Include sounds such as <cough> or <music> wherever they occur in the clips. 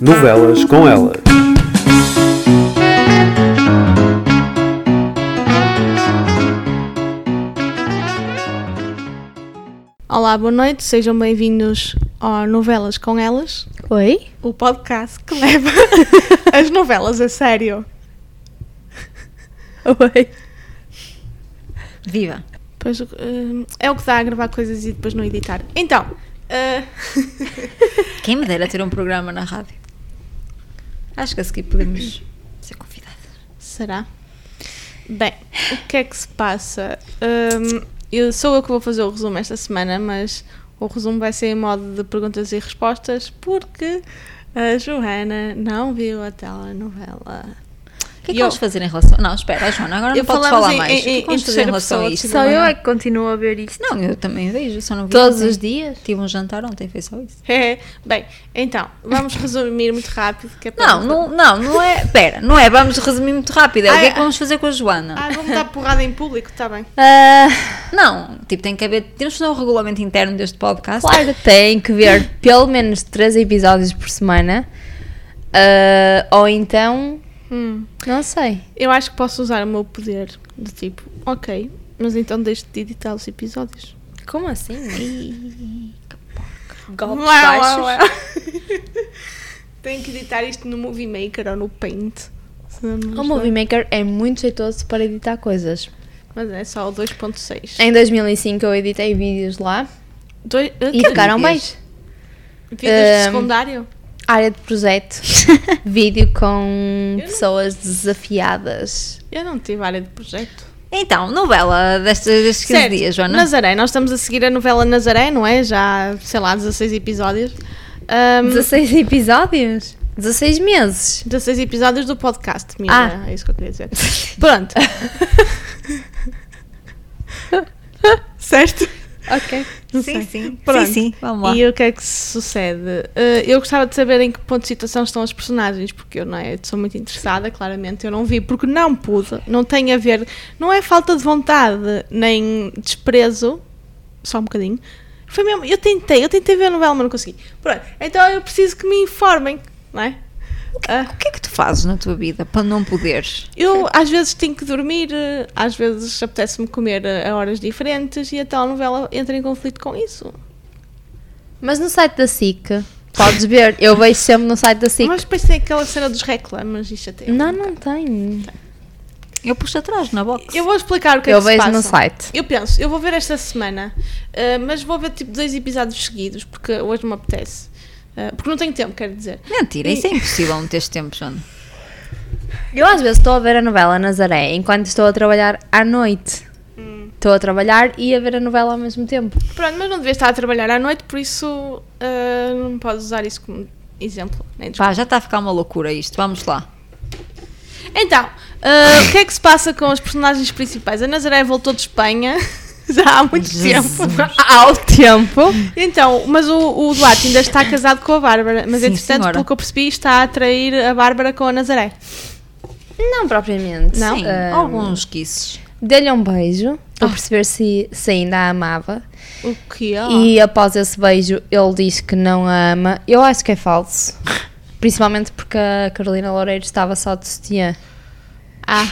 Novelas com elas. Olá, boa noite, sejam bem-vindos ao Novelas com Elas, Oi? o podcast <laughs> que leva as novelas a sério. Oi? Viva! Pois, eh, é o que dá a gravar coisas e depois não editar. Então, eh, Quem me dera ter um programa na rádio. Acho que a seguir podemos ser convidadas. <laughs> será? Bem, o que é que se passa? Ehm, eu, sou eu que vou fazer o resumo esta semana, mas o resumo vai ser em modo de perguntas e respostas, porque a Joana não viu a telenovela. O que E é que eu- vamos fazer em relação. Não, espera, Joana, agora Eu não podes falamos falar em- mais. o que em- é em que vamos fazer em terceira relação a pessoa, isto? sim. Só eu é que continuo a ver isto. Não, eu também vejo, só não vi. Todos ontem. os dias? Tive um jantar ontem, foi só isso. <laughs> Bem, então, vamos resumir muito rápido. Que é para- Não, não, não, não é. Espera, não é. Vamos resumir muito rápido. É o que é Ai, que vamos fazer com a Joana? Ah, vamos dar porrada em público, está bem. Ah, Não, tipo, tem que haver. Temos que dar um regulamento interno deste podcast. claro, tem que ver pelo menos 3 episódios por semana. Ah, ou então, Hum. não sei. Eu acho que posso usar o meu poder de tipo, ok, mas então deixo de editar os episódios. Como assim? Uau, Golpes baixos. uau, <laughs> uau. Tenho que editar isto no Movie Maker ou no Paint. se não me O engano. Movie Maker é muito jeitoso para editar coisas. Mas é só o 2.6. Em 2005 eu editei vídeos lá Doi- ah, É, e que- ficaram bem. vídeos? Vídeos de Ahm, secundário? Área de <laughs> projeto, vídeo com pessoas desafiadas. Eu não tive área de projeto. Então, novela destes, destes 15 Certo. é dias, Joana. Nazaré, nós estamos a seguir a novela Nazaré, não é? Já, sei lá, 16 episódios. Hum. Ahm, 16 episódios? 16 meses. 16 episódios do podcast, minha. Ah. É isso que eu queria <laughs> dizer. Pronto. certo? <laughs> Ok. Não Sim, sei. sim. Pronto. Sim, sim. Vamos lá. E o que é que se sucede? Eh, eu gostava de saber em que ponto de situação estão os personagens, porque eu não é, sou muito interessada, claramente. Eu não vi, porque não pude. Não tem a ver. Não é falta de vontade, nem desprezo. Só um bocadinho. Foi mesmo. Eu tentei, eu tentei ver a novela, mas não consegui. Pronto. Então eu preciso que me informem, não é? Ah. O que é que tu fazes na tua vida para não poderes? Eu às vezes tenho que dormir, eh, às vezes apetece-me comer eh, a horas diferentes e a telenovela entra em conflito com isso. Mas no site da SIC, podes ver, eu vejo sempre no site da SIC. Mas depois tem aquela cena dos reclames e chateia. Não, não tem. Eu puxo atrás na box. Eu vou explicar o que é eu que se vejo passa. no site. Eu penso, eu vou ver esta semana, eh, mas vou ver tipo dois episódios seguidos, porque hoje me apetece. Eh, porque não tenho tempo, quero dizer. Mentira, isso é impossível não teres tempo, Joana. Eu às vezes estou a ver a novela Nazaré enquanto estou a trabalhar à noite. Estou a trabalhar e a ver a novela ao mesmo tempo. Pronto, mas não devias estar a trabalhar à noite, por isso eh, não podes usar isso como exemplo. Nem desculpa. Pá, já está a ficar uma loucura isto. Vamos lá. Então, uh, o que é que se passa com os personagens principais? A Nazaré voltou de Espanha <laughs> já há muito Jesus. tempo. Ao tempo. Então, mas o, o Duarte ainda está casado com a Bárbara, mas Sim, entretanto, senhora. pelo que eu percebi, está a atrair a Bárbara com a Nazaré. Não propriamente. Não? eh, Ah. Sim, Ah, alguns kisses. Dei-lhe um beijo para perceber se, se ainda a amava. O que é? E após esse beijo ele diz que não a ama. Eu acho que <laughs> é falso. Principalmente porque a Carolina Loureiro estava só de sutiã. <laughs> Ah.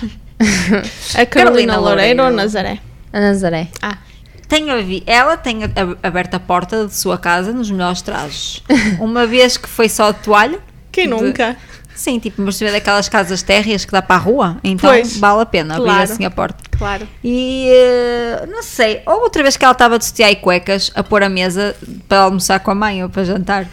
A Carolina Carolina Loureiro ou a Loureiro. Nazaré? A Nazaré. Ah. Tenho a vi- ela tem ab- aberto a porta de sua casa nos <laughs> melhores trajes. Uma vez que foi só de toalha. Quem De- nunca? Sim, tipo, mas tiver daquelas casas térreas que dá para a rua, então Pois, vale a pena abrir claro. assim a porta. Claro. E eh, não sei, ou outra vez que ela estava de sutiã e cuecas a pôr a mesa para almoçar com a mãe ou para jantar.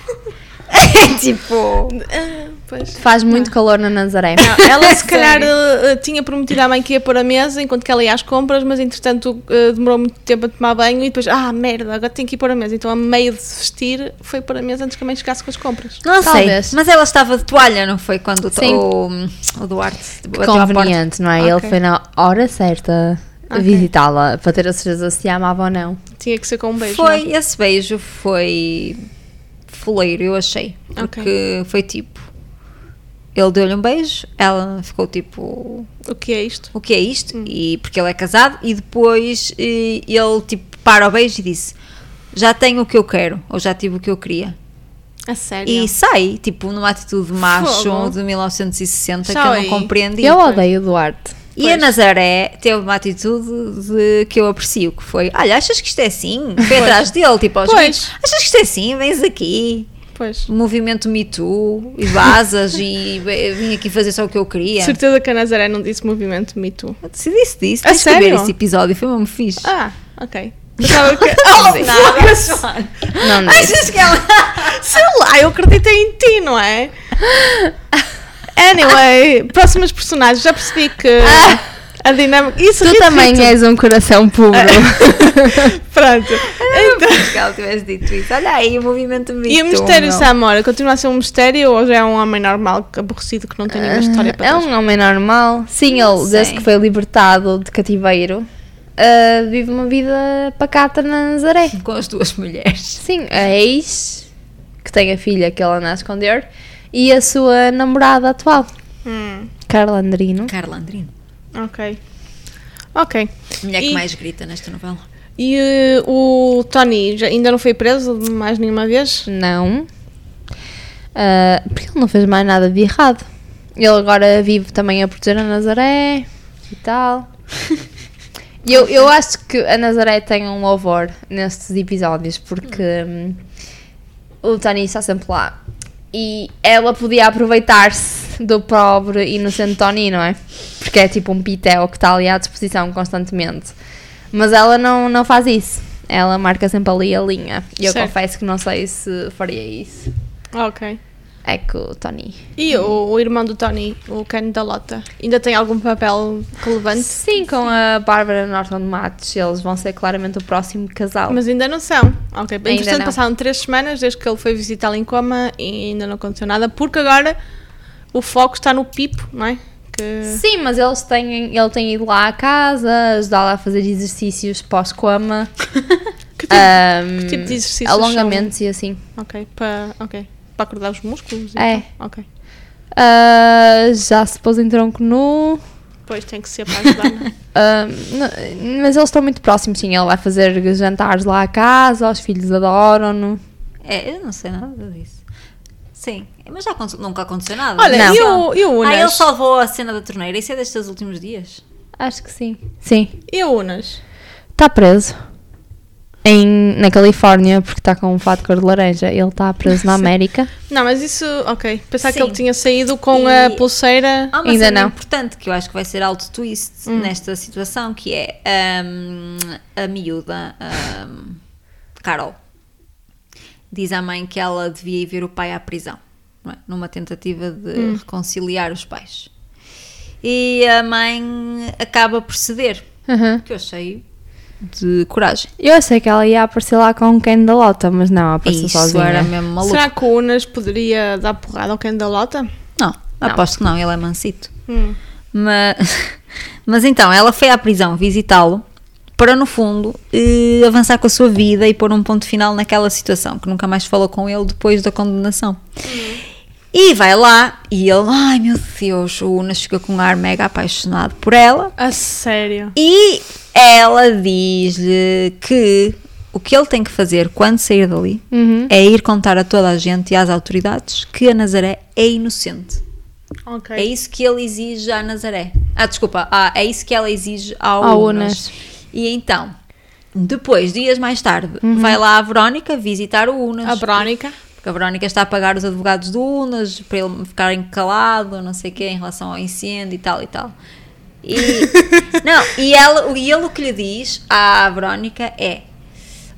É tipo. Ah, Pois. Faz muito calor na Nazaré. Ah. Ela <laughs> se calhar eh, eh, tinha prometido à mãe que ia pôr a mesa enquanto que ela ia às compras, mas entretanto eh, demorou muito tempo a tomar banho e depois, ah merda, agora tenho que ir pôr a mesa. Então a meio de se vestir foi pôr a mesa antes que a mãe chegasse com as compras. Não Talvez. sei, mas ela estava de toalha, não foi? Quando Sim. o, o Duarte bateu à porta. Conveniente, não é? Ok. Ele foi na hora certa Ok. visitá-la para ter a certeza se a amava ou não. Tinha que ser com um beijo. Foi, não esse beijo foi fuleiro, eu achei. Ok. Porque foi tipo. Ele deu-lhe um beijo, ela ficou tipo. é? O que é isto? o que é isto? E porque ele é casado e depois eh, ele tipo para o beijo e disse já tenho o que eu quero ou já tive o que eu queria. A sério. E sai, tipo, numa atitude macho Fogo. de Só 1960 que eu não aí. compreendi. Eu odeio o Duarte. E a Nazaré teve uma atitude de- que eu aprecio, que foi, olha, achas que isto <laughs> é assim? Foi atrás dele, tipo, aos Pois. gritos, achas que isto é assim? Vens aqui, Pois. movimento Me Too, e vazas, e eh, vim aqui fazer só o que eu queria. Certeza que a Nazaré não disse movimento Me Too. Se disse disso, A tens que ver sério? esse episódio, foi mesmo fixe. Ah, ok. <laughs> Pensava que. Não, Oh, Não, não. Achas que ela... Sei lá, eu acreditei em ti, não é? Anyway, próximos personagens. Já percebi que a dinâmica. Isso Tu repito. também és um coração puro. Pronto. Ah, Então, que ela tivesse dito isso, olha aí, o movimento Me e o Too, mistério meu. Samora continua a ser um mistério ou já é um homem normal aborrecido que não tem nenhuma história para é trás? um homem normal. Sim, Não ele desde sei. que foi libertado de cativeiro. ah, vive uma vida pacata na Nazaré. Com as duas mulheres. Sim, a ex, que tem a filha que ela nasce a esconder, e a sua namorada atual, Hum, Carla Andrino. Carla Andrino, ok. Ok. mulher E- que mais grita nesta novela. E eh, o Tony já- ainda não foi preso mais nenhuma vez? Não. Ah, porque ele não fez mais nada de errado. Ele agora vive também a proteger a Nazaré e tal. E eu, eu acho que a Nazaré tem um louvor nestes episódios porque hum, o Tony está sempre lá. E ela podia aproveitar-se do pobre inocente Tony, não é? Porque é tipo um pitel que está ali à disposição constantemente. Mas ela não, não faz isso. Ela marca sempre ali a linha. E eu Certo. confesso que não sei se faria isso. Ok. É que o Tony. E o, o irmão do Tony, o Ken da Lota, ainda tem algum papel relevante? Sim, com a Bárbara Norton de Matos, eles vão ser claramente o próximo casal. Mas ainda não são. Ok, bem Ainda interessante. não. Passaram três semanas desde que ele foi visitá-lo em coma e ainda não aconteceu nada, porque agora o foco está no Pipo, não é? Que... Sim, mas eles têm, ele tem ido lá à casa, ajudá-la a fazer exercícios pós-coma, Que, tipo, Ah, ahm, que tipo de exercícios alongamentos e assim. são? Ok, para ok, para acordar os músculos? É. então? Ok. Ah, já se pôs em tronco nu, Pois tem que ser para ajudar. não é? ahm, n- mas eles estão muito próximos, sim. Ele vai fazer jantares lá à casa, os filhos adoram-no. É, eu não sei nada disso. Sim, mas já aconte- nunca aconteceu nada. Olha, Não. e o- e o Ah, Unas? ele salvou a cena da torneira. Isso é destes últimos dias? Acho que sim. Sim, <laughs> e a Unas? está preso. Em, na Califórnia, porque está com um fato de cor de laranja. Ele está preso na América. Não, mas isso, ok. Pensar que Sim. ele tinha saído com E- a pulseira. Há uma Ainda cena não. importante que eu acho que vai ser alto twist Hum. nesta situação, que é hum, a miúda hum, Carol. Diz à mãe que ela devia ir ver o pai à prisão, não é? numa tentativa de Hum. reconciliar os pais. E a mãe acaba por ceder, Aham. que eu achei de coragem. Eu achei que ela ia aparecer lá com um Ken da Lota, mas não, apareceu Isso sozinha. era mesmo maluco. Será que o Unas poderia dar porrada ao Ken da Lota? Não, aposto que não, ele é mansito. Hum. Mas, <laughs> mas então, ela foi à prisão visitá-lo para, no fundo, eh, avançar com a sua vida e pôr um ponto final naquela situação, que nunca mais falou com ele depois da condenação. Uhum. E vai lá e ele, ai meu Deus, o Una fica com um ar mega apaixonado por ela. A sério. E ela diz-lhe que o que ele tem que fazer quando sair dali é ir contar a toda a gente e às autoridades que a Nazaré é inocente. Ok. É isso que ele exige à Nazaré. Ah, desculpa, ah, é isso que ela exige ao, Ao Unas. Unas. E então, depois, dias mais tarde, vai lá a Verónica visitar o Unas. A Brónica. Porque a Verónica está a pagar os advogados do Unas para ele ficar encalado, não sei o quê, em relação ao incêndio e tal e tal. <laughs> E, não, e, ela, e ele o que lhe diz à Verónica é: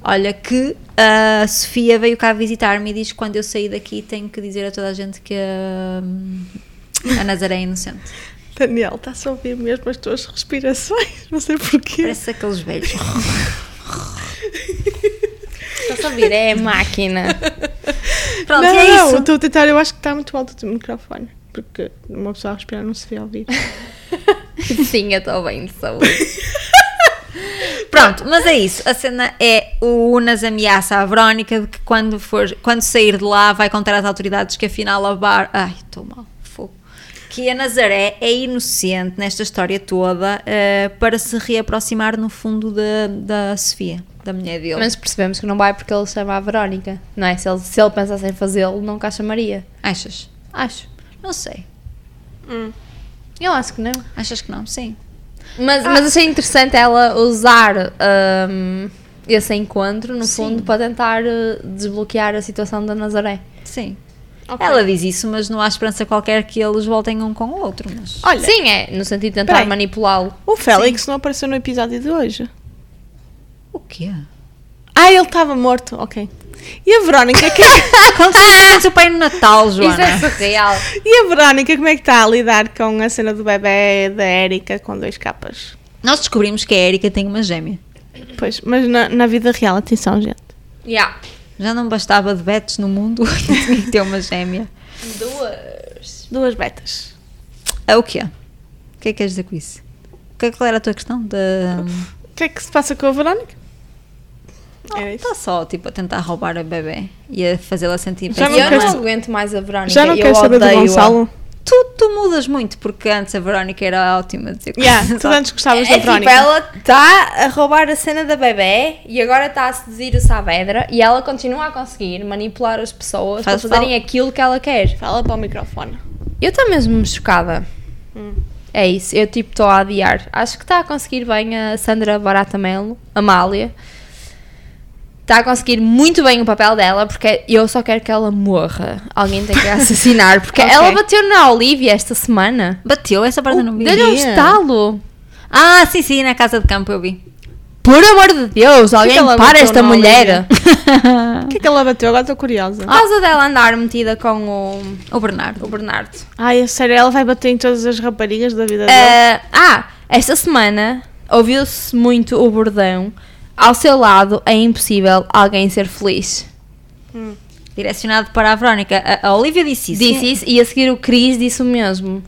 Olha, que a Sofia veio cá visitar-me e diz que quando eu sair daqui tenho que dizer a toda a gente que hum, a, a Nazaré é inocente. <laughs> Daniel, está-se a ouvir mesmo as tuas respirações? <laughs> Não sei porquê. Parece aqueles velhos. Estás a ouvir? É a máquina. <laughs> Pronto, não, e é não, isso. estou a tentar, eu acho que está muito alto o teu microfone. Porque uma pessoa a respirar não se vê ouvir. <laughs> Sim, eu estou bem de saúde. Pronto, mas é isso. A cena é o Unas ameaça à Verónica de que quando, for, quando sair de lá vai contar às autoridades que afinal a Bar. Ai, estou mal. Fogo. que a Nazaré é inocente nesta história toda eh, para se reaproximar, no fundo, da, da Sofia, da mulher dele. <laughs> Mas percebemos que não vai porque ele chama a Verónica, não é? Se ele, se ele pensasse em fazê-lo, nunca a chamaria. Achas? Acho. Não sei. Hum. Eu acho que não. Achas que não? Sim. Mas, mas achei interessante ela usar hum, esse encontro, no Sim. fundo, para tentar eh, desbloquear a situação da Nazaré. Sim. Ok. Ela diz isso, mas não há esperança qualquer que eles voltem um com o outro. Mas... Olha, Sim, é, no sentido de tentar Peraí. manipulá-lo. o Félix não apareceu no episódio de hoje. O quê? Ah, ele estava morto, ok. E a Verónica, que- <laughs> Como se fosse o pai no Natal, Isso é Joana. surreal. e a Verónica como é que está a lidar com a cena do bebê da Érica com dois capas? Nós descobrimos que a Erika tem uma gêmea. Pois, mas na, na vida real, atenção, gente. <laughs> yeah. Já não bastava de betes no mundo <laughs> e tinha que ter uma gêmea. Duas. Duas betas. É o quê? O que é que queres dizer com isso? O que é- Qual era a tua questão? Da. O que é que se passa com a Verónica? Era É tá isso. Está só, tipo, a tentar roubar a bebê e a fazê-la sentir Já Eu não bem. não, quero saber- aguento mais a Verónica. Já não eu quero saber do odeio-a. <laughs> Gonçalo? Tu, tu mudas muito, porque antes a Verónica era ótima. de dizer Yeah, <laughs> coisas tu antes gostavas da É tipo, Verónica. ela está a roubar a cena da bebê e agora está a seduzir o Saavedra e ela continua a conseguir manipular as pessoas Faz para fazerem fal- aquilo que ela quer. Fala para o microfone. Eu estou mesmo chocada. É isso, eu tipo estou a adiar. Acho que está a conseguir bem a Sandra Barata Melo, Amália. Está a conseguir muito bem o papel dela, porque eu só quero que ela morra. Alguém <laughs> tem que a assassinar, porque Ok. ela bateu na Olivia esta semana. Bateu essa parte no Deu-lhe um estalo. Ah, sim, sim, na casa de campo eu vi. Por amor de Deus, alguém ela para bateu esta na mulher. Olivia? <laughs> Ah. O que é que ela bateu? Agora estou curiosa. Por causa dela andar metida com o, o Bernardo. o Bernardo. Ai, a sério, ela vai bater em todas as raparigas da vida dela. Ah, ah, esta semana ouviu-se muito o bordão. Ao seu lado é impossível alguém ser feliz. Direcionado para a Verónica. A, a Olivia disse isso. Disse isso é. e a seguir o Cris disse o mesmo.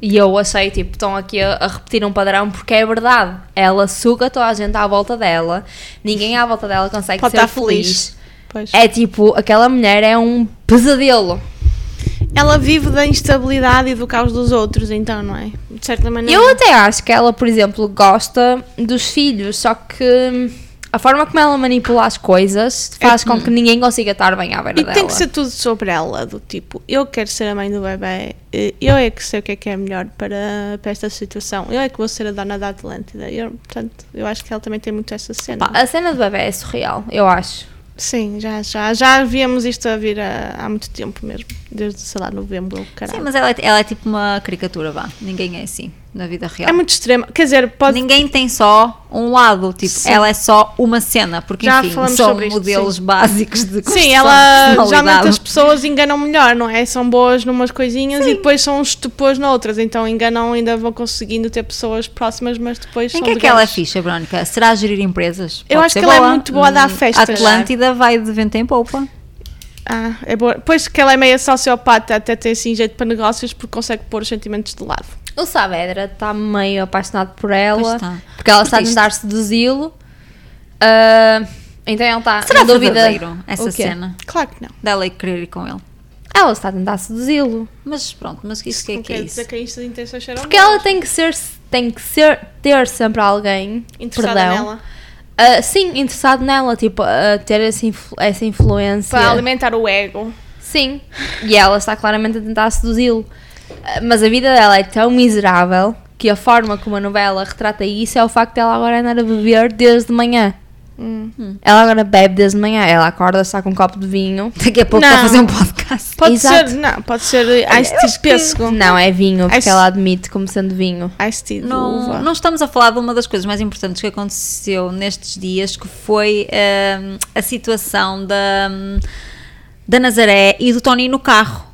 E eu achei, tipo, estão aqui a, a repetir um padrão porque é verdade. Ela suga toda a gente à volta dela. Ninguém à volta dela consegue Pode ser estar feliz. feliz. Pois. É tipo, aquela mulher é um pesadelo. Ela vive da instabilidade e do caos dos outros, então, não é? De certa maneira. Eu até acho que ela, por exemplo, gosta dos filhos, só que a forma como ela manipula as coisas faz com que ninguém consiga estar bem à beira E dela. tem que ser tudo sobre ela, do tipo, eu quero ser a mãe do bebê, eh, eu é que sei o que é que é melhor para, para esta situação, eu é que vou ser a dona da Atlântida. Eu, portanto, eu acho que ela também tem muito essa cena. Pá, a cena do bebê é surreal, eu acho. Sim, já, já, já víamos isto a vir ah, há muito tempo mesmo, desde, sei lá, novembro, Sim, caralho. mas ela, é- ela é tipo uma caricatura, vá. Ninguém é assim na vida real. é muito extremo, quer dizer, pode, Ninguém tem só um lado, tipo, Sim. ela é só uma cena, porque Já enfim, falamos são sobre isto, modelos básicos de Sim, construção <laughs> de ela personalidade. geralmente as pessoas enganam melhor, não é? São boas numas coisinhas e depois são uns tupôs noutras, então enganam ainda vão conseguindo ter pessoas próximas, mas depois Em são que é que legais. ela é fixa, Verónica? Será a gerir empresas? Eu Pode acho ser que ela é muito boa a dar Hum, festas. Atlântida vai de vento em poupa. Ah, é boa. Pois que ela é meio sociopata, até tem assim jeito para negócios porque consegue pôr os sentimentos de lado. O Saavedra está meio apaixonado por ela, Pois tá. porque ela está a Curtiste. tentar seduzi-lo. Ah, então ele está Será na dúvida. verdadeiro essa O quê? cena Claro que não. dela e querer ir com ele? Ela está a tentar seduzi-lo. Mas pronto, mas isso que é não que é quer isso? dizer que isto é de intenções serão Porque ela tem que ser, tem que ser, ter sempre alguém interessada perdão, nela ah, sim, interessado nela, tipo, a ter essa, influ- essa influência. para alimentar o ego. Sim, e ela está claramente a tentar seduzi-lo. Ah, Mas a vida dela é tão miserável que a forma como a novela retrata isso é o facto dela agora andar a beber desde manhã. Hum. Ela agora bebe desde manhã, ela acorda, está com um copo de vinho. Daqui a pouco Não. vai fazer um podcast. Pode Exato. ser, não, pode ser ice tea pêssego. Não, é vinho, porque tipo Acho- ela admite como sendo vinho. Ice tea de uva. Não, não estamos a falar de uma das coisas mais importantes que aconteceu nestes dias, que foi hum, a situação da, hum, da Nazaré e do Tony no carro,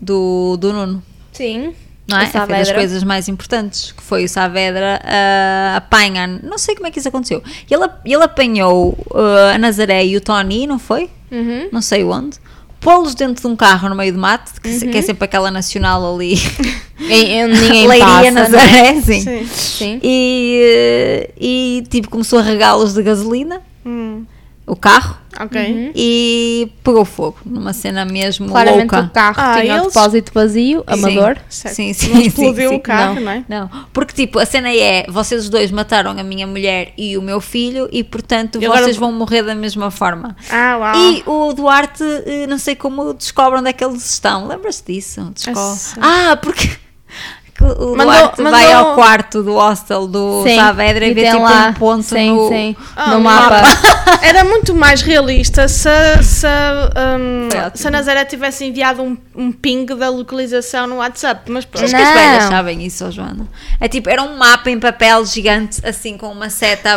do, do Nuno. Sim. Não é? Foi das coisas mais importantes, que foi o Saavedra ah, apanha, não sei como é que isso aconteceu. Ele, ap- ele apanhou ah, a Nazaré e o Tony, não foi? Uhum. Não sei onde. Pô-los dentro de um carro no meio do mato, que, se- que é sempre aquela nacional ali. <laughs> E- e <laughs> ninguém Leiria, passa, não é? Nazaré, sim. Sim. Sim. E, eh, e, tipo começou a regá-los de gasolina, Hum. o carro, Ok. Uhum. e pegou fogo numa cena mesmo Hum. Claramente louca. o carro Ah, tinha um eles- depósito vazio, amador. Certo. Sim, sim, Não sim, explodiu sim. o carro, não, Não. é? Não, porque tipo, a cena é, vocês os dois mataram a minha mulher e o meu filho e portanto E agora- vocês vão morrer da mesma forma. Ah, uau. E o Duarte, eh, não sei como descobre onde é que eles estão. Lembras-te disso? Descobre. sei. Ah, porque <laughs> que o É Mandou- Duarte vai mandou- um- ao quarto do hostel do Saavedra e, vê tem tipo um ponto sim, no... sim, Ah, no um mapa. <laughs> Era muito mais realista se, se, hum, Foi ótimo. se a Nazaré tivesse enviado um, um ping da localização no WhatsApp, mas pronto. Achas que as velhas Não. sabem isso, ó Joana? É tipo, era um mapa em papel gigante, assim, com uma seta a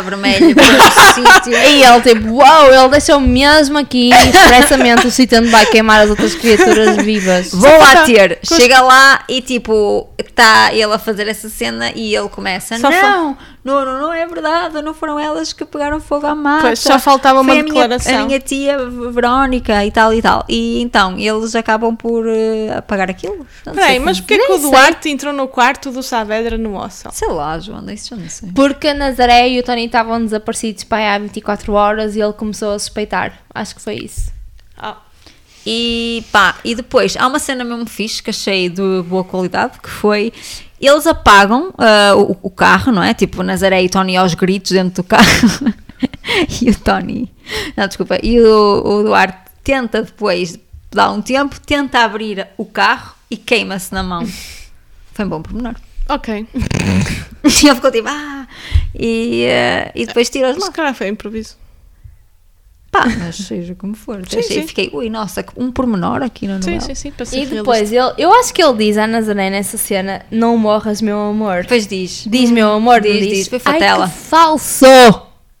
<laughs> vermelho para o sítio. <laughs> E ele tipo, uau, ele deixou mesmo aqui expressamente o sítio onde vai queimar as outras criaturas vivas. Vou lá falta- ter. Chega lá e tipo, está ele a fazer essa cena e ele começa. Só não, não, não, não é verdade. Não foram elas que pegaram fogo à mata. Pois, só faltava uma Foi a minha- declaração." a minha tia Verónica e tal e tal. E então, eles acabam por eh, apagar aquilo. Não sei Peraí, como. mas porquê que Nem o Duarte entrou no quarto do Saavedra no hostel? Sei lá, Joana, isso eu não sei. Porque a Nazaré e o Tony estavam desaparecidos pai, há 24 horas e ele começou a suspeitar. Acho que foi isso. Ah, E pá, e depois há uma cena mesmo fixe que achei de boa qualidade que foi. Eles apagam ah, o, o carro, não é? Tipo, o Nazaré e o Tony aos gritos dentro do carro. <laughs> e o Tony. Não, desculpa. E o, o Duarte tenta depois, dá um tempo, tenta abrir o carro e queima-se na mão. Foi um bom pormenor. <laughs> ok. E ele ficou tipo, ah! E, ah, e depois tira-os lá. Se calhar foi improviso. Pá, mas seja como for. Sim, Achei- sim. Fiquei, ui, nossa, um pormenor aqui na Sim, novela. sim, sim, para ser E depois ele, eu acho que ele diz à Nazaré nessa cena: Não morras, meu amor. Depois diz. Diz, meu amor, Diz, não diz. diz, foi Ai, fatela. que falso!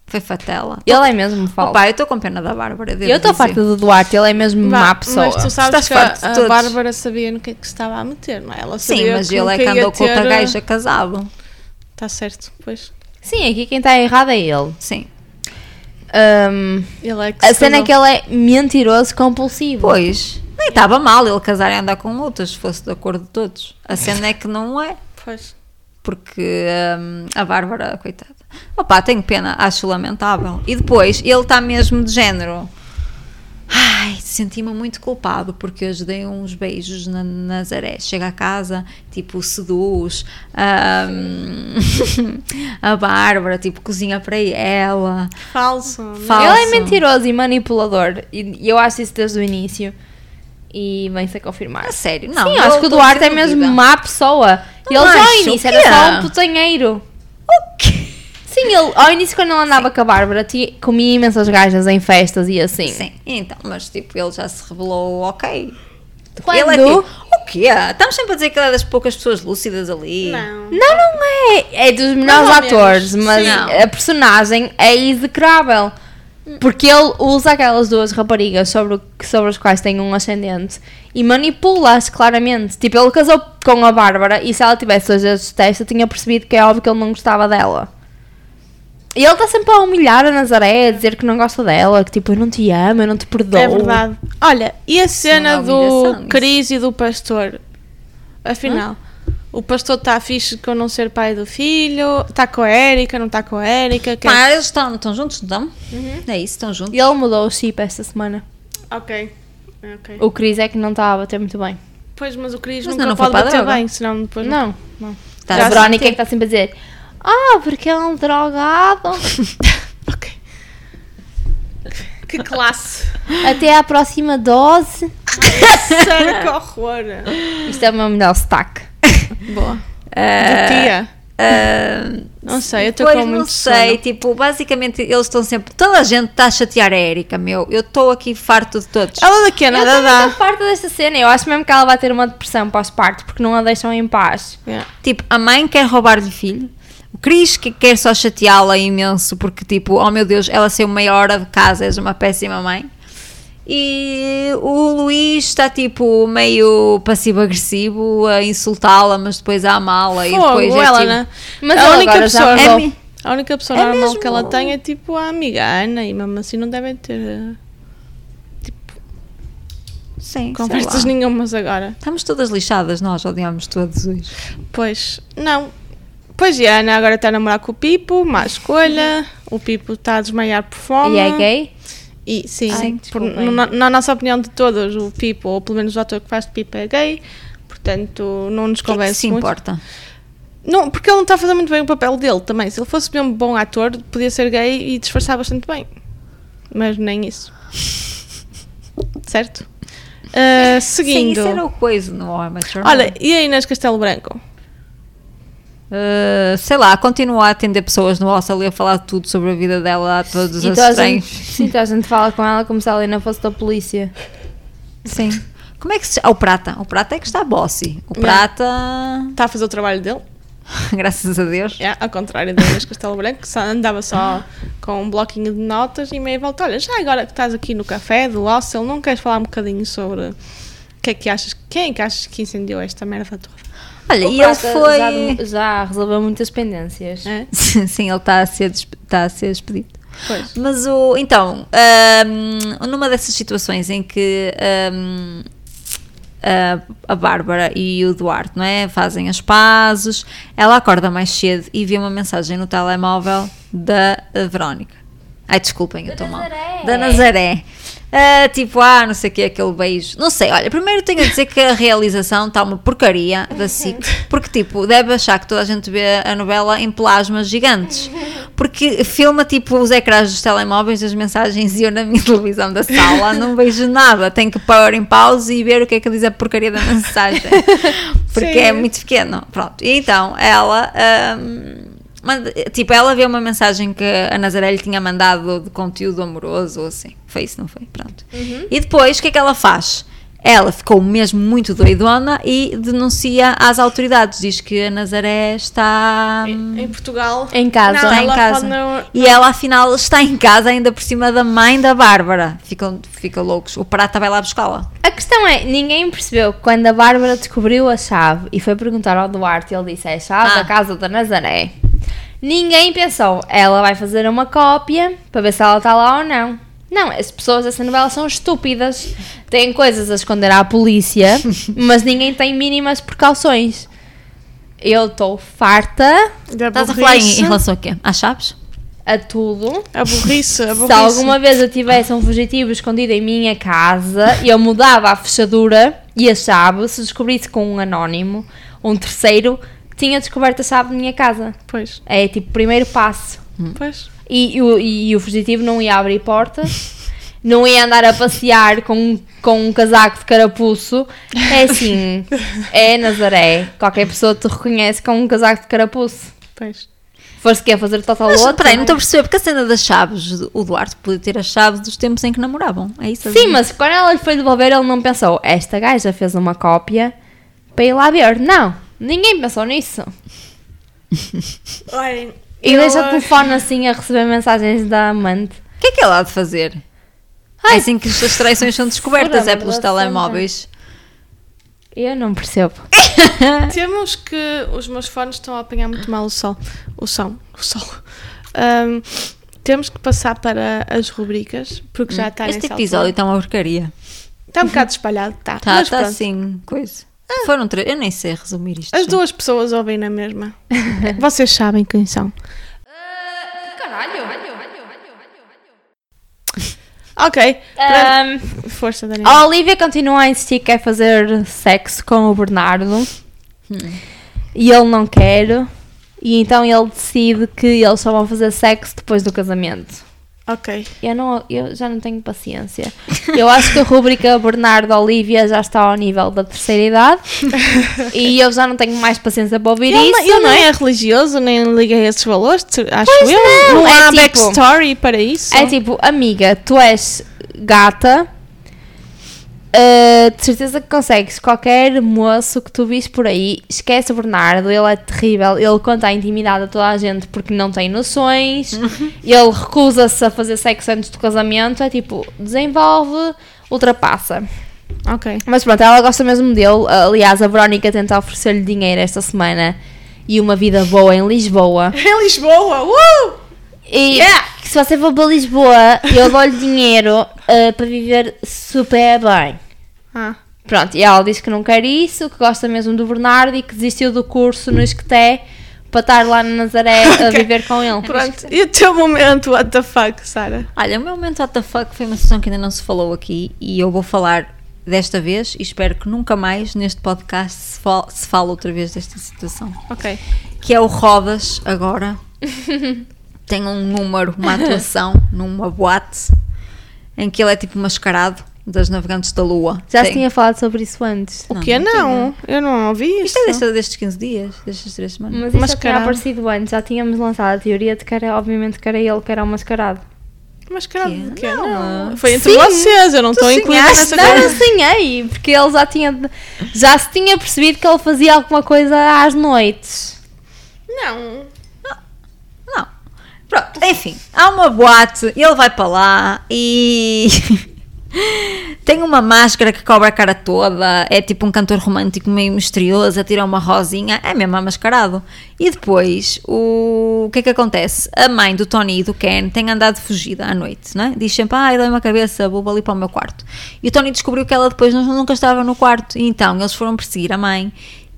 Foi fatela. Ele é mesmo falso. Opa, eu estou com pena da Bárbara. devo eu estou dizer. farta do Duarte, ele é mesmo má pessoa. Mas tu sabes um Estás que farto de a, a todos. Bárbara sabia no que é que se estava a meter, não é? Ela sabia Sim, mas que ele é que nunca ia andou com outra ter- né? gaja casado. Tá certo, pois. Sim, aqui quem está errado é ele. Sim. Ahm, Ele é que a se cena é casou. que ele é mentiroso compulsivo. Pois. Nem estava mal ele casar e andar com outras, se fosse de acordo de todos. A cena é que não é. Pois. Porque hum, a Bárbara, coitada. Opa, tenho pena, acho lamentável. E depois, ele está mesmo de género. Ai, senti-me muito culpado porque hoje dei uns beijos na Nazaré. Chega a casa, tipo, seduz hum, <laughs> a Bárbara, tipo, cozinha para ela. Falso. não é? Falso. Ele é mentiroso e manipulador. E e eu acho isso desde o início. E vem-se a confirmar. A sério, Tá não. Sim, eu eu acho que o tô Duarte é desiludida. mesmo má pessoa. Não ele já ao acho, início o quê? era só um putanheiro. O quê? Sim, ele ao início quando ele andava com a Bárbara ti- comia imensas gajas em festas e assim. Sim, então, mas tipo, ele já se revelou ok. Quando? Ele é tipo, o quê? Estamos sempre a dizer que ele é das poucas pessoas lúcidas ali. Não. Não, não é. É dos melhores ou menos, atores, mas sim. a personagem é execrável. Porque ele usa aquelas duas raparigas sobre, o que- sobre as quais tem um ascendente e manipula-as claramente. Tipo, ele casou com a Bárbara e se ela tivesse dois dedos de testa, tinha percebido que é óbvio que ele não gostava dela. E ele está sempre a humilhar a Nazaré, a dizer que não gosta dela, que tipo, eu não te amo, eu não te perdoo. É verdade. Olha, e a não cena é humilhação, do isso. Cris e do pastor? Afinal, o pastor está fixe com não ser pai do filho, está com a Érica, não está com a Érica. que é- Pá, eles estão, estão juntos, não estão? É isso, estão juntos. E ele mudou o chip esta semana. Ok. ok. O Chris é que não estava a bater muito bem. Pois, mas o Cris Mas nunca não foi pode para a bater droga. bem, senão depois Não, não. Tá a a Verónica é sentir. que está sempre a dizer Ah, porque ele é <laughs> um drogado Ok. Que classe. <laughs> Até à próxima dose Sério, que horror. Isto é o meu melhor sotaque Boa. Ah, Tia. ah, Não sei, eu estou Pois com não muito sei, sono. tipo, basicamente eles estão sempre. Toda a gente está a chatear a Érica, meu. Eu estou aqui farto de todos. Ela daqui a Eu É nada estou dá. parte desta cena Eu acho mesmo que ela vai ter uma depressão pós-parto Porque não a deixam em paz Yeah. Tipo, a mãe quer roubar-lhe o filho. O Cris que quer só chateá-la imenso, porque, tipo, oh meu Deus, ela saiu meia hora de casa, és uma péssima mãe. E o Luís está, tipo, meio passivo-agressivo a insultá-la, mas depois a amá-la. E Fogo, depois é, ela, tipo, né? Mas a ela única agora já pessoa, mudou. é mi- a única pessoa É normal mesmo? que ela tem é tipo a amiga a Ana e mesmo assim não devem ter eh, Sim, conversas sei lá. nenhumas agora. Estamos todas lixadas, nós odiamos todos hoje. Pois, não. Pois e a Ana agora está a namorar com o Pipo, má escolha. O Pipo está a desmaiar por fome. E é gay? E sim, Ai, por- desculpem. na, na nossa opinião de todas, o Pipo, ou pelo menos o ator que faz de Pipo, é gay, portanto não nos O que é que convence se muito. importa? Não, porque ele não está a fazer muito bem o papel dele também. Se ele fosse mesmo um bom ator, podia ser gay e disfarçar bastante bem. Mas nem isso. certo? Ah, Sim, seguindo. isso era o coisa no Amateur. não Olha, e a Inês Castelo Branco? Uh, sei lá, continua a atender pessoas no hostel e a falar tudo sobre a vida dela a todos E os toda a gente, estranhos. <laughs> sim, toda a gente fala com ela como se ela ainda fosse da polícia. Sim. Como é que se. Ah, o Prata. O Prata é que está bossy. O Yeah. Prata, <laughs> Está a fazer o trabalho dele? graças a Deus. É, ao contrário da Inês Castelo Branco, que só andava só com um bloquinho de notas e meia volta. Olha, já agora que estás aqui no café do hostel, não queres falar um bocadinho sobre o que é que achas, quem é que achas que incendiou esta merda toda? Olha, O e ele Prata foi. Já, dem- já resolveu muitas pendências. É? <laughs> Sim, ele está a ser, despe- está a ser despedido. Pois. Mas o. Então, ahm, numa dessas situações em que ahm, a, a Bárbara e o Duarte, não é? Fazem as pazes, ela acorda mais cedo e vê uma mensagem no telemóvel da a Verónica. Ai, desculpem, eu estou mal. Nazaré. Da Nazaré. Ah, tipo, ah, não sei o que, aquele beijo. Não sei, olha, primeiro tenho a dizer que a realização está uma porcaria da SIC, porque, tipo, deve achar que toda a gente vê a novela em plasmas gigantes, porque filma, tipo, os ecrãs dos telemóveis, as mensagens e eu na minha <laughs> televisão da sala não vejo nada, tenho que pôr em pausa e ver o que é que diz a porcaria da mensagem, porque é Sim. muito pequeno. Pronto, e então ela. ahm, manda- tipo, ela vê uma mensagem que a Nazaré lhe tinha mandado de conteúdo amoroso ou assim. Foi isso, não foi? Pronto. Uhum. E depois, o que é que ela faz? Ela ficou mesmo muito doidona e denuncia às autoridades. Diz que a Nazaré está. Em, em Portugal. Em casa. Não, está em ela casa. pode não- E ela, afinal, está em casa, ainda por cima da mãe da Bárbara. Ficam, ficam loucos. O Prata vai lá buscá-la. A questão é, ninguém percebeu que quando a Bárbara descobriu a chave e foi perguntar ao Duarte, ele disse, é a chave Ah. da casa da Nazaré. Ninguém pensou, ela vai fazer uma cópia para ver se ela está lá ou não. Não, as pessoas dessa novela são estúpidas, têm coisas a esconder à polícia, mas ninguém tem mínimas precauções. Eu estou farta Da Estás a falar em, burrice. em relação a quê? Às chaves? a tudo. A burrice, a Se burrice. alguma vez eu tivesse um fugitivo escondido em minha casa, eu mudava a fechadura e a chave. Se descobrisse com um anónimo, um terceiro, tinha descoberto a chave da minha casa. Pois, É tipo o primeiro passo. Hum. pois. E, e o- e o fugitivo não ia abrir portas, não ia andar a passear com, com um casaco de carapuço. É assim, é Nazaré. Qualquer pessoa te reconhece com um casaco de carapuço. Pois. Foste quer fazer total Mas, outro? é? peraí, não estou a perceber, porque a cena das chaves, o Duarte podia ter as chaves dos tempos em que namoravam. É isso? Uhum. Sim, mas quando ela lhe foi devolver, ele não pensou, esta gaja fez uma cópia para ir lá ver. Não, ninguém pensou nisso. Olhem, E eu- deixa o telefone assim a receber mensagens da amante. O que é que ela há de fazer? Ai, é assim que as traições são descobertas, é fora-me pelos da telemóveis. Eu não percebo. Temos que os meus fones estão a apanhar muito mal o sol. O som, o sol. Ahm, temos que passar para as rubricas, porque já está Hum. Este é. Tá nessa episódio altura. está uma porcaria. Está um bocado espalhado, está. Está Mas tá pronto, assim, coisa. Foram três. Eu nem sei resumir isto. As já. duas pessoas ouvem na <laughs> mesma. Vocês sabem quem são. Ah, Ok. pronto. Ahm, Força, Daniela. Um, a Olivia continua a insistir que quer fazer sexo com o Bernardo. Hum. E ele não quer. E então ele decide que eles só vão fazer sexo depois do casamento. Ok. Eu, não, eu já não tenho paciência. Eu acho que a rubrica Bernardo Olivia já está ao nível da terceira <laughs> idade e eu já não tenho mais paciência para ouvir Ele, isso, não- ele não nem é? é religioso, nem liga a esses valores, te- acho Pois eu. não, é há tipo- backstory para isso. É tipo, amiga, tu és gata, ah, de certeza que consegues qualquer moço que tu vis por aí, esquece o Bernardo, ele é terrível, ele conta a intimidade a toda a gente porque não tem <laughs> noções, ele recusa-se a fazer sexo antes do casamento, é tipo, desenvolve, ultrapassa. Ok. Mas pronto, ela gosta mesmo dele. Aliás, a Verónica tenta oferecer-lhe dinheiro esta semana e uma vida boa em Lisboa. Em Lisboa, uh! E que se você for para Lisboa, eu dou-lhe dinheiro ah, para viver super bem. Ah, Pronto, e ela diz que não quer isso, que gosta mesmo do Bernardo e que desistiu do curso no Esqueté para estar lá na <laughs> Nazaré a viver com ele. Pronto, e o teu momento, what the fuck, Sara? Olha, o meu momento what the fuck foi uma sessão que ainda não se falou aqui e eu vou falar desta vez e espero que nunca mais neste podcast se, fal se fale outra vez desta situação. Ok. Que é o Rodas agora. <laughs> Tem um número, uma atuação numa boate em que ele é tipo mascarado das navegantes da lua. Já se Tem- tinha falado sobre isso antes. O que não? Eu não ouvi isso. Isto é desta, destes 15 dias, destas 3 semanas. Mas isso já tinha Mascarado. aparecido antes, já tínhamos lançado a teoria de que era, obviamente, que era ele que era o mascarado. Mascarado Que? de quê? Não. é, Não. Foi entre é? Sim. vocês, eu não estou incluída nessa não, eu conversa. sonhei, porque ele já tinha, já se tinha percebido que ele fazia alguma coisa às noites. Não. Não. Pronto, enfim, há uma boate, ele vai para lá e. <laughs> Tem uma máscara que cobre a cara toda, é tipo um cantor romântico meio misterioso, atira uma rosinha, é mesmo a mascarado. E depois, o... o que é que acontece? A mãe do Tony e do Ken tem andado fugida à noite, não é? Diz sempre, ai, dá-me a cabeça, vou ali para o meu quarto. E o Tony descobriu que ela depois nu- nunca estava no quarto, e então eles foram perseguir a mãe.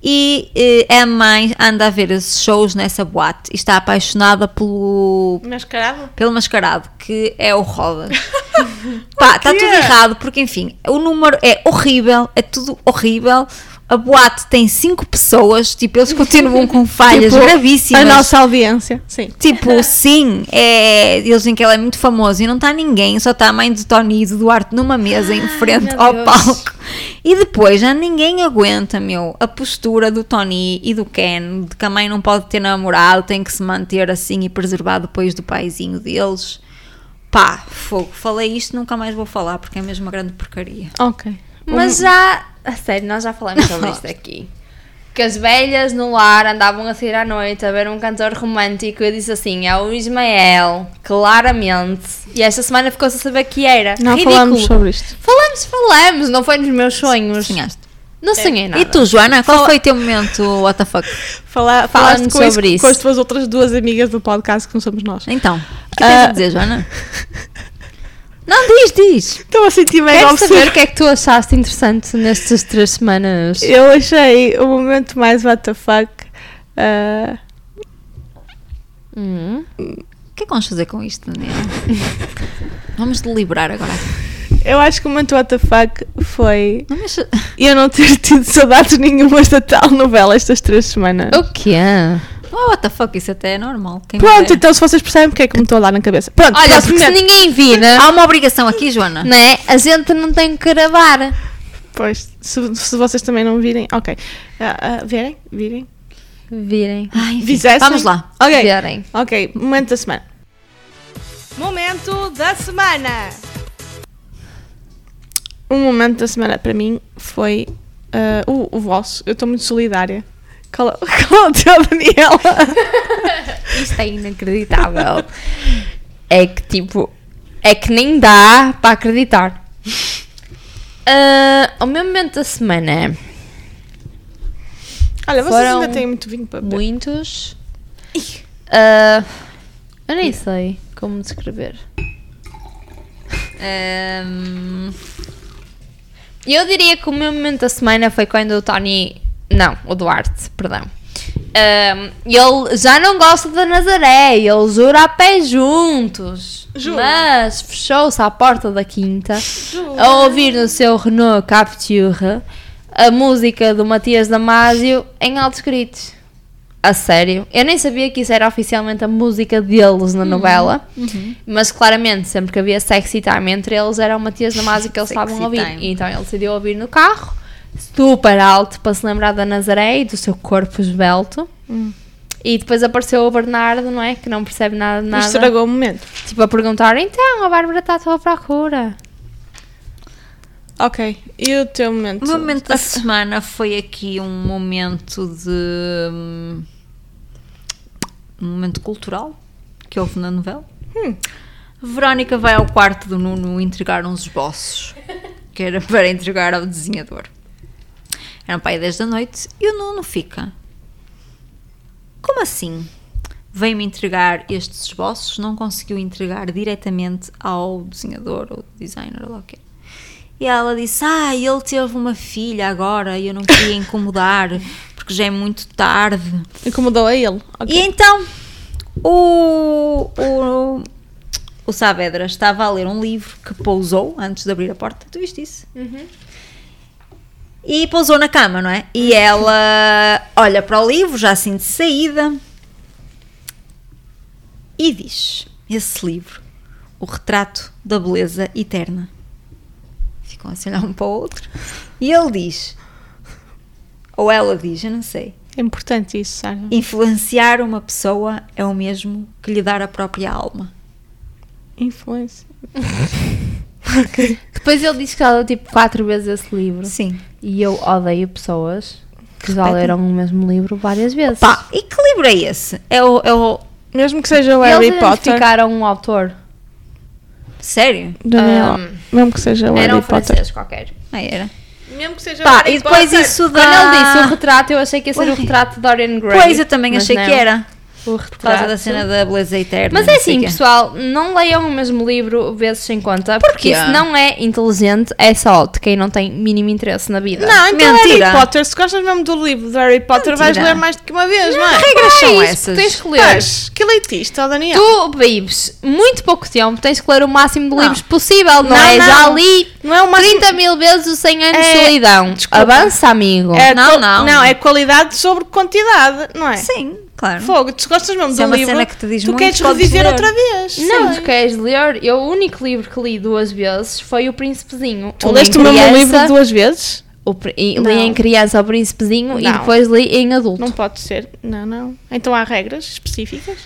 E eh, a mãe anda a ver esses shows nessa boate e está apaixonada pelo, Mascarado? pelo mascarado, que é <laughs> o Rodas. Pá, está quê? tudo errado, porque enfim, o número é horrível, é tudo horrível. A boate tem cinco pessoas, tipo, eles continuam com falhas <laughs> Tipo, gravíssimas. A nossa audiência. Sim. <laughs> Tipo, sim, é, eles dizem que ele é muito famoso e não está ninguém, só está a mãe de Tony e do Duarte numa mesa em frente meu ao Deus. palco. E depois já ninguém aguenta, meu, a postura do Tony e do Ken, de que a mãe não pode ter namorado, tem que se manter assim e preservar depois do paizinho deles. Pá, fogo, falei isto, nunca mais vou falar, porque é mesmo uma grande porcaria. Ok. Mas Hum. já, a sério, nós já falamos sobre isto aqui. Que as velhas no lar andavam a sair à noite a ver um cantor romântico e eu disse assim, é o Ismael, claramente. E esta semana ficou-se a saber que era. Não Ridículo. falamos sobre isto. Falamos, falamos, não foi nos meus sonhos. Sonhaste. Não sonhei nada. É. E tu, Joana, qual foi o teu momento, what the fuck? Fala, Fala-me falaste com sobre isso, isso. É. com as tuas outras duas amigas do podcast que não somos nós. Então, o que tens a Ah. dizer, Joana? <laughs> Não, diz, diz. Estou a sentir mega Quero saber o obscura. que é que tu achaste interessante nestas três semanas. Eu achei o momento mais what the fuck. ah, Hum. O que é que vamos fazer com isto, Daniela? vamos deliberar agora. eu acho que o momento what the fuck foi Não mexa- eu não ter <laughs> tido saudades nenhumas da tal novela estas três semanas. O que é? Oh, what the fuck, isso até é normal. Quem me Pronto, dera. então se vocês percebem porque é que me estou a dar na cabeça. Pronto, Olha, próximo porque se momento. ninguém vira, Há uma obrigação aqui, Joana. né? A gente não tem que gravar. Pois, se, se vocês também não virem, ok. Ah, ah, virem? Virem? Virem. Ai, enfim, Fizessem? vamos lá. Ok. Virem. Ok, momento da semana. Momento da semana! O Um momento da semana para mim foi ah, o, o vosso. Eu estou muito solidária. <laughs> Qual, é- qual é o teu, Daniela? <laughs> <laughs> Isto é inacreditável. é que tipo, é que nem dá para acreditar. Ah, o meu momento da semana. Olha, vocês Foram ainda têm muito vinho para beber. Muitos. Ah, eu nem sei como descrever. Ahm, Eu diria que o meu momento da semana foi quando o Tony. Não, o Duarte, perdão. Ahm, ele já não gosta da Nazaré, ele jura a pé juntos. Jura. Mas fechou-se à porta da quinta a ouvir no seu Renault Capture a música do Matias Damasio em altos gritos. A sério, eu nem sabia que isso era oficialmente a música deles Uhum. na novela, mas claramente sempre que havia sexy time entre eles era o Matias Damasio que eles Sexy estavam a ouvir. time. E então ele decidiu ouvir no carro, super alto, para se lembrar da Nazaré e do seu corpo esbelto. Hum. E depois apareceu o Bernardo, não é? Que não percebe nada, Mas nada. estragou o momento. Tipo a perguntar: então, a Bárbara está à tua procura. Ok, e o teu momento? o meu <laughs> momento da semana foi aqui um momento de. hum, Um momento cultural que é houve na novela. Verónica vai ao quarto do Nuno entregar uns esboços que era <laughs> para entregar ao desenhador. Era para aí 10 da noite e o Nuno fica. Como assim? Veio-me entregar estes esboços, não conseguiu entregar diretamente ao desenhador ou designer, ou lá o que é. E ela disse: Ah, ele teve uma filha agora e eu não queria incomodar porque porque já é muito tarde. Incomodou a ele. Ok. E então, o, o, o Saavedra estava a ler um livro que pousou antes de abrir a porta. Tu viste isso? E pousou na cama, não é? E ela olha para o livro, já assim de saída, e diz: Esse livro, O Retrato da Beleza Eterna. Ficam a se olhar um para o outro. E ele diz, ou ela diz, eu não sei. É importante isso, Sara. Influenciar uma pessoa é o mesmo que lhe dar a própria alma. Influência. Depois ele disse que já leu tipo quatro vezes esse livro. Sim. E eu odeio pessoas que já Repetem. leram o mesmo livro várias vezes. Pá, e que livro é esse? É o. É o Mesmo que seja o E Harry eles Potter. identificaram um autor. sério? Daniela, Ahm, mesmo que seja o Era um Harry Potter. francês qualquer. Ah, era. Mesmo que seja Pá, e depois isso dá. Quando ele disse o retrato, eu achei que ia ser Ué. o retrato de Dorian Gray. Pois, eu também mas achei não. que era. O Por causa retrato. da cena da beleza eterna. Mas é não sei assim, quê. pessoal, não leiam o mesmo livro vezes sem conta, porque Porquê? isso não é inteligente, é só de quem não tem mínimo interesse na vida. Não, então Mentira. Harry Potter, se gostas mesmo do livro do Harry Potter, vais Mentira. ler mais do que uma vez, não, é? Que regras Não é são isso essas? que tens que ler. Mas, que leitista, ó Daniel. Tu vives muito pouco tempo, tens que ler o máximo de Não. livros possível, não, Não, é? não. Já li Não é o máximo- 30 mil vezes o 100 anos É- de solidão. Desculpa. Avança, amigo. É Não, qual- não. Não, é qualidade sobre quantidade, não é? Sim, claro. Fogo, tu gostas mesmo Se é do uma livro, cena que te diz tu muito, queres podes reviver ler. outra vez. Não, sei. tu queres ler? Eu, o único livro que li duas vezes foi O Príncipezinho. Tu Li leste em o mesmo um criança, livro duas vezes? o pr- e- Não. Li em criança O Príncipezinho e Não. depois li em adulto. Não pode ser. Não, não. Então há regras específicas?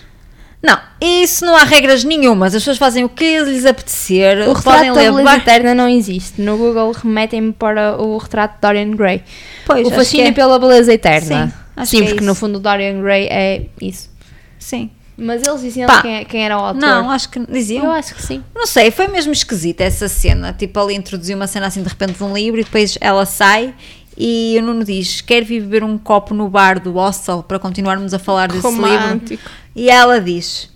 Não, isso não há regras nenhumas. As pessoas fazem o que lhes apetecer. O podem retrato da ler. beleza eterna não existe. No Google remetem-me para o retrato de Dorian Gray. Pois, o acho fascínio que é. pela beleza eterna. Sim, acho Sim, que é porque isso. no fundo o Dorian Gray é isso. Sim. Mas eles diziam Pá. quem, é- quem era o autor. Não, acho que diziam. eu acho que sim. Não sei, foi mesmo esquisita essa cena. Tipo, ali introduziu uma cena assim de repente de um livro e depois ela sai e o Nuno diz: Quer vir beber um copo no bar do hostel para continuarmos a falar desse livro? Romântico. E ela diz: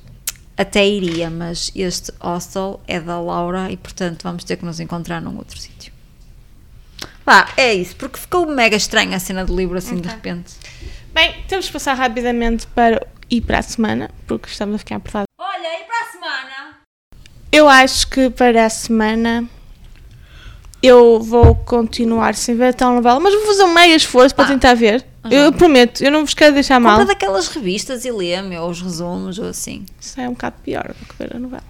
Até iria, mas este hostel é da Laura e portanto vamos ter que nos encontrar num outro sítio. Pá, é isso, porque ficou mega estranha a cena do livro assim de repente. Bem, temos que passar rapidamente para ir para a semana, porque estamos a ficar apertados. Olha, e para a semana? Eu acho que para a semana eu vou continuar sem ver a telenovela, mas vou fazer um mega esforço Ah. para tentar ver. Eu prometo, eu não vos quero deixar mal. Compra daquelas revistas e lê, meu, os resumos ou assim. Isso é um bocado pior do que ver a novela.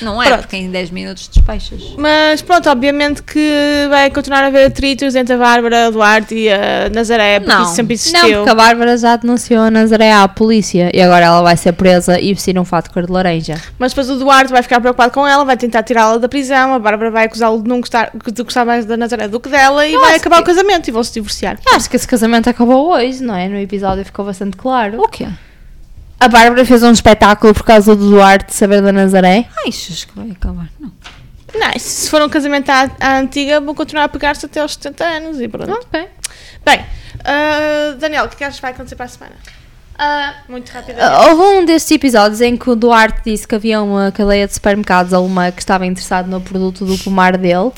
Não é, Pronto. porque em 10 minutos despechas. Mas pronto, obviamente que vai continuar a haver atritos entre a Bárbara, a Duarte e a Nazaré, porque Não. isso sempre existiu. Não, porque a Bárbara já denunciou a Nazaré à polícia e agora ela vai ser presa e vestir um fato de cor de laranja. Mas depois o Duarte vai ficar preocupado com ela, vai tentar tirá-la da prisão, a Bárbara vai acusá-lo de não gostar, de gostar mais da Nazaré do que dela e vai acho acabar é que- o casamento e vão se divorciar. Eu acho que esse casamento acabou hoje, não é? No episódio ficou bastante claro. O quê? Ah, A Bárbara fez um espetáculo por causa do Duarte saber da Nazaré. Achas que vai acabar? Não. Não, se for um casamento à, à antiga, vão continuar a pegar-se até aos 70 anos e pronto. Ok. Bem, ah, Daniel, o que é que achas que vai acontecer para a semana? Muito rapidamente. Ah, Houve um destes episódios em que o Duarte disse que havia uma cadeia de supermercados alemã que estava interessado no produto do pomar dele.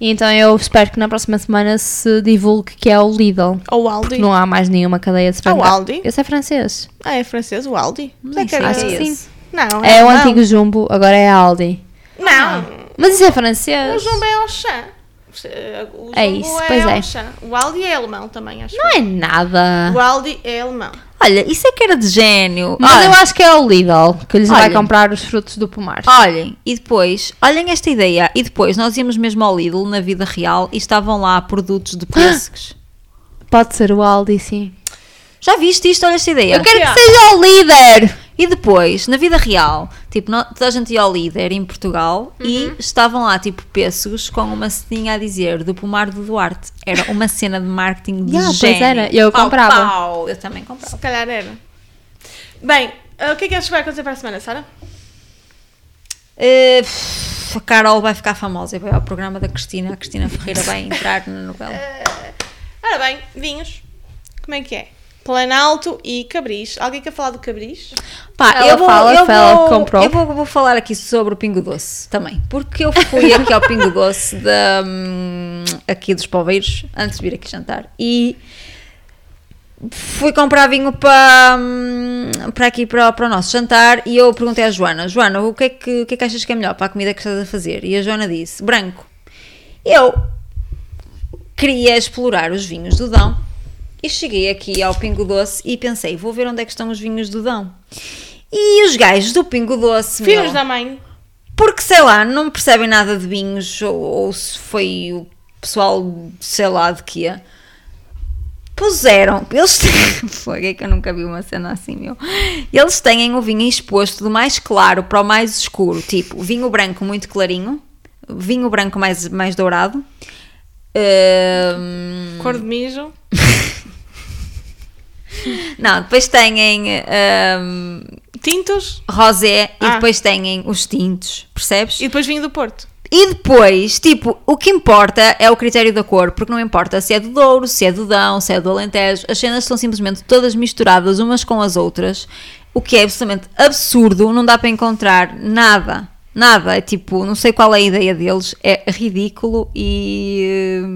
E então eu espero que na próxima semana se divulgue que é o Lidl. Ou Aldi. Não há mais nenhuma cadeia de supermercados. Ah, Aldi? Esse é francês. Ah, é francês, o Aldi. Hum, Mas é sei era o que é esse. esse. Ah, Não, É o alemão. antigo Jumbo, agora é Aldi. Não, Mas isso é francês. o Jumbo é Auchan. ah, O É Jumbo isso, pois é. Auchan. O Aldi é alemão também, acho. Não é nada. O Aldi é alemão. Olha, isso é que era de gênio. Mas olhem, eu acho que é o Lidl que lhes vai Olha. comprar os frutos do pomar. olhem, e depois, olhem esta ideia. E depois, nós íamos mesmo ao Lidl na vida real e estavam lá produtos <gasps> de pêssegos. Pode ser o Aldi, sim. Já viste isto? Olha esta ideia. Eu quero Yeah. que seja o líder. E depois, na vida real, tipo, nó- toda a gente ia ao líder em Portugal Uhum. e estavam lá, tipo, pêssegos com uma ceninha a dizer do pomar do Duarte. Era uma cena de marketing de Yeah, pois gênio. era. Eu Pau, comprava. pau. Eu também comprava. Se calhar era. Bem, ah, o que é que achas que vai acontecer para a semana, Sara? Eh, pff, a Carol vai ficar famosa e vai ao programa da Cristina. A Cristina Ferreira vai entrar na <laughs> novela. Ora bem, vinhos. Como é que é? Planalto e Cabris. Alguém quer falar do Cabris? Pá, Ela eu vou, fala, eu fala vou, que comprou. Eu vou, vou falar aqui sobre o Pingo Doce também, porque eu fui aqui ao Pingo Doce da, hum, aqui dos Poveiros, antes de vir aqui jantar, e fui comprar vinho para, para aqui, para, para o nosso jantar, e eu perguntei à Joana, Joana, o que, é que, o que é que achas que é melhor para a comida que estás a fazer? E a Joana disse, branco. Eu queria explorar os vinhos do Dão, e cheguei aqui ao Pingo Doce e pensei, vou ver onde é que estão os vinhos do Dão. E os gajos do Pingo Doce, meu, Filhos da mãe. porque sei lá, não percebem nada de vinhos, ou, ou se foi o pessoal, sei lá de que é. Puseram, eles têm. <laughs> Fogo, é que eu nunca vi uma cena assim, meu. Eles têm o vinho exposto do mais claro para o mais escuro, tipo vinho branco muito clarinho, vinho branco mais, mais dourado, hum, Cor de mijo. não, depois têm hum, Tintos. rosé e Ah. depois têm os tintos, percebes? E depois vinho do Porto. E depois, tipo, o que importa é o critério da cor, porque não importa se é do Douro, se é do Dão, se é do Alentejo, as cenas são simplesmente todas misturadas umas com as outras, o que é absolutamente absurdo, não dá para encontrar nada, nada, é tipo, não sei qual é a ideia deles, é ridículo e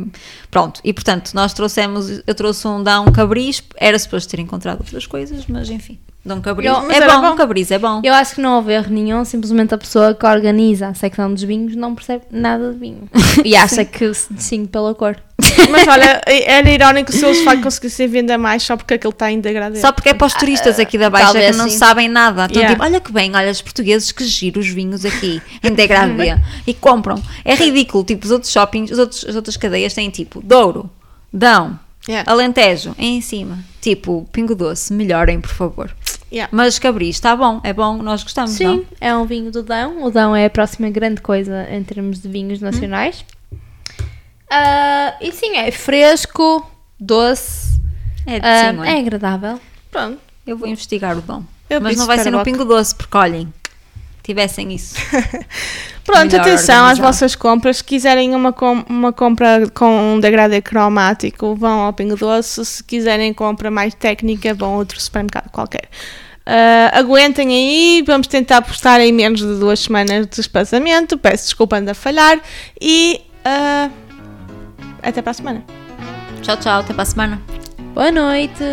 eh, pronto, e portanto, nós trouxemos, eu trouxe um Dão Cabris, era suposto ter encontrado outras coisas, mas enfim, Dão Cabris, Não, mas é era bom, bom. Cabris, é bom. Eu acho que não houve erro nenhum, simplesmente a pessoa que organiza a secção dos vinhos não percebe nada de <laughs> vinho. E acha que se distingue pela cor. <laughs> Mas olha, é, era irónico se eles de facto conseguissem vender mais só porque aquele está a degradado. Só porque é para os turistas aqui da Baixa que talvez não sim. sabem nada. Estão Yeah. tipo, olha que bem, olha os portugueses que giram os vinhos aqui em degradê e compram. É ridículo, tipo, os outros shoppings, os outros, as outras cadeias têm tipo Douro, Dão, Yeah. Alentejo, em cima. Tipo, Pingo Doce, melhorem, por favor. Yeah. Mas Cabris, está bom, é bom, nós gostamos, Sim, não? é um vinho do Dão. O Dão é a próxima grande coisa em termos de vinhos nacionais. Ah, e sim, é fresco, doce, É, ah, sim, olha. é agradável. Pronto. Eu vou investigar o Dão. Eu Mas penso não vai ser no Superboc. Pingo Doce, porque olhem, tivessem isso. Pronto, Melhor atenção às organizado. vossas compras. Se quiserem uma, com- uma compra com um degradê cromático, vão ao Pingo Doce. Se quiserem compra mais técnica, vão a outro supermercado qualquer. Ah, aguentem aí, vamos tentar postar em menos de duas semanas de espaçamento. Peço desculpa, ando a falhar. E ah, até para a semana. Tchau, tchau, até para a semana. Boa noite!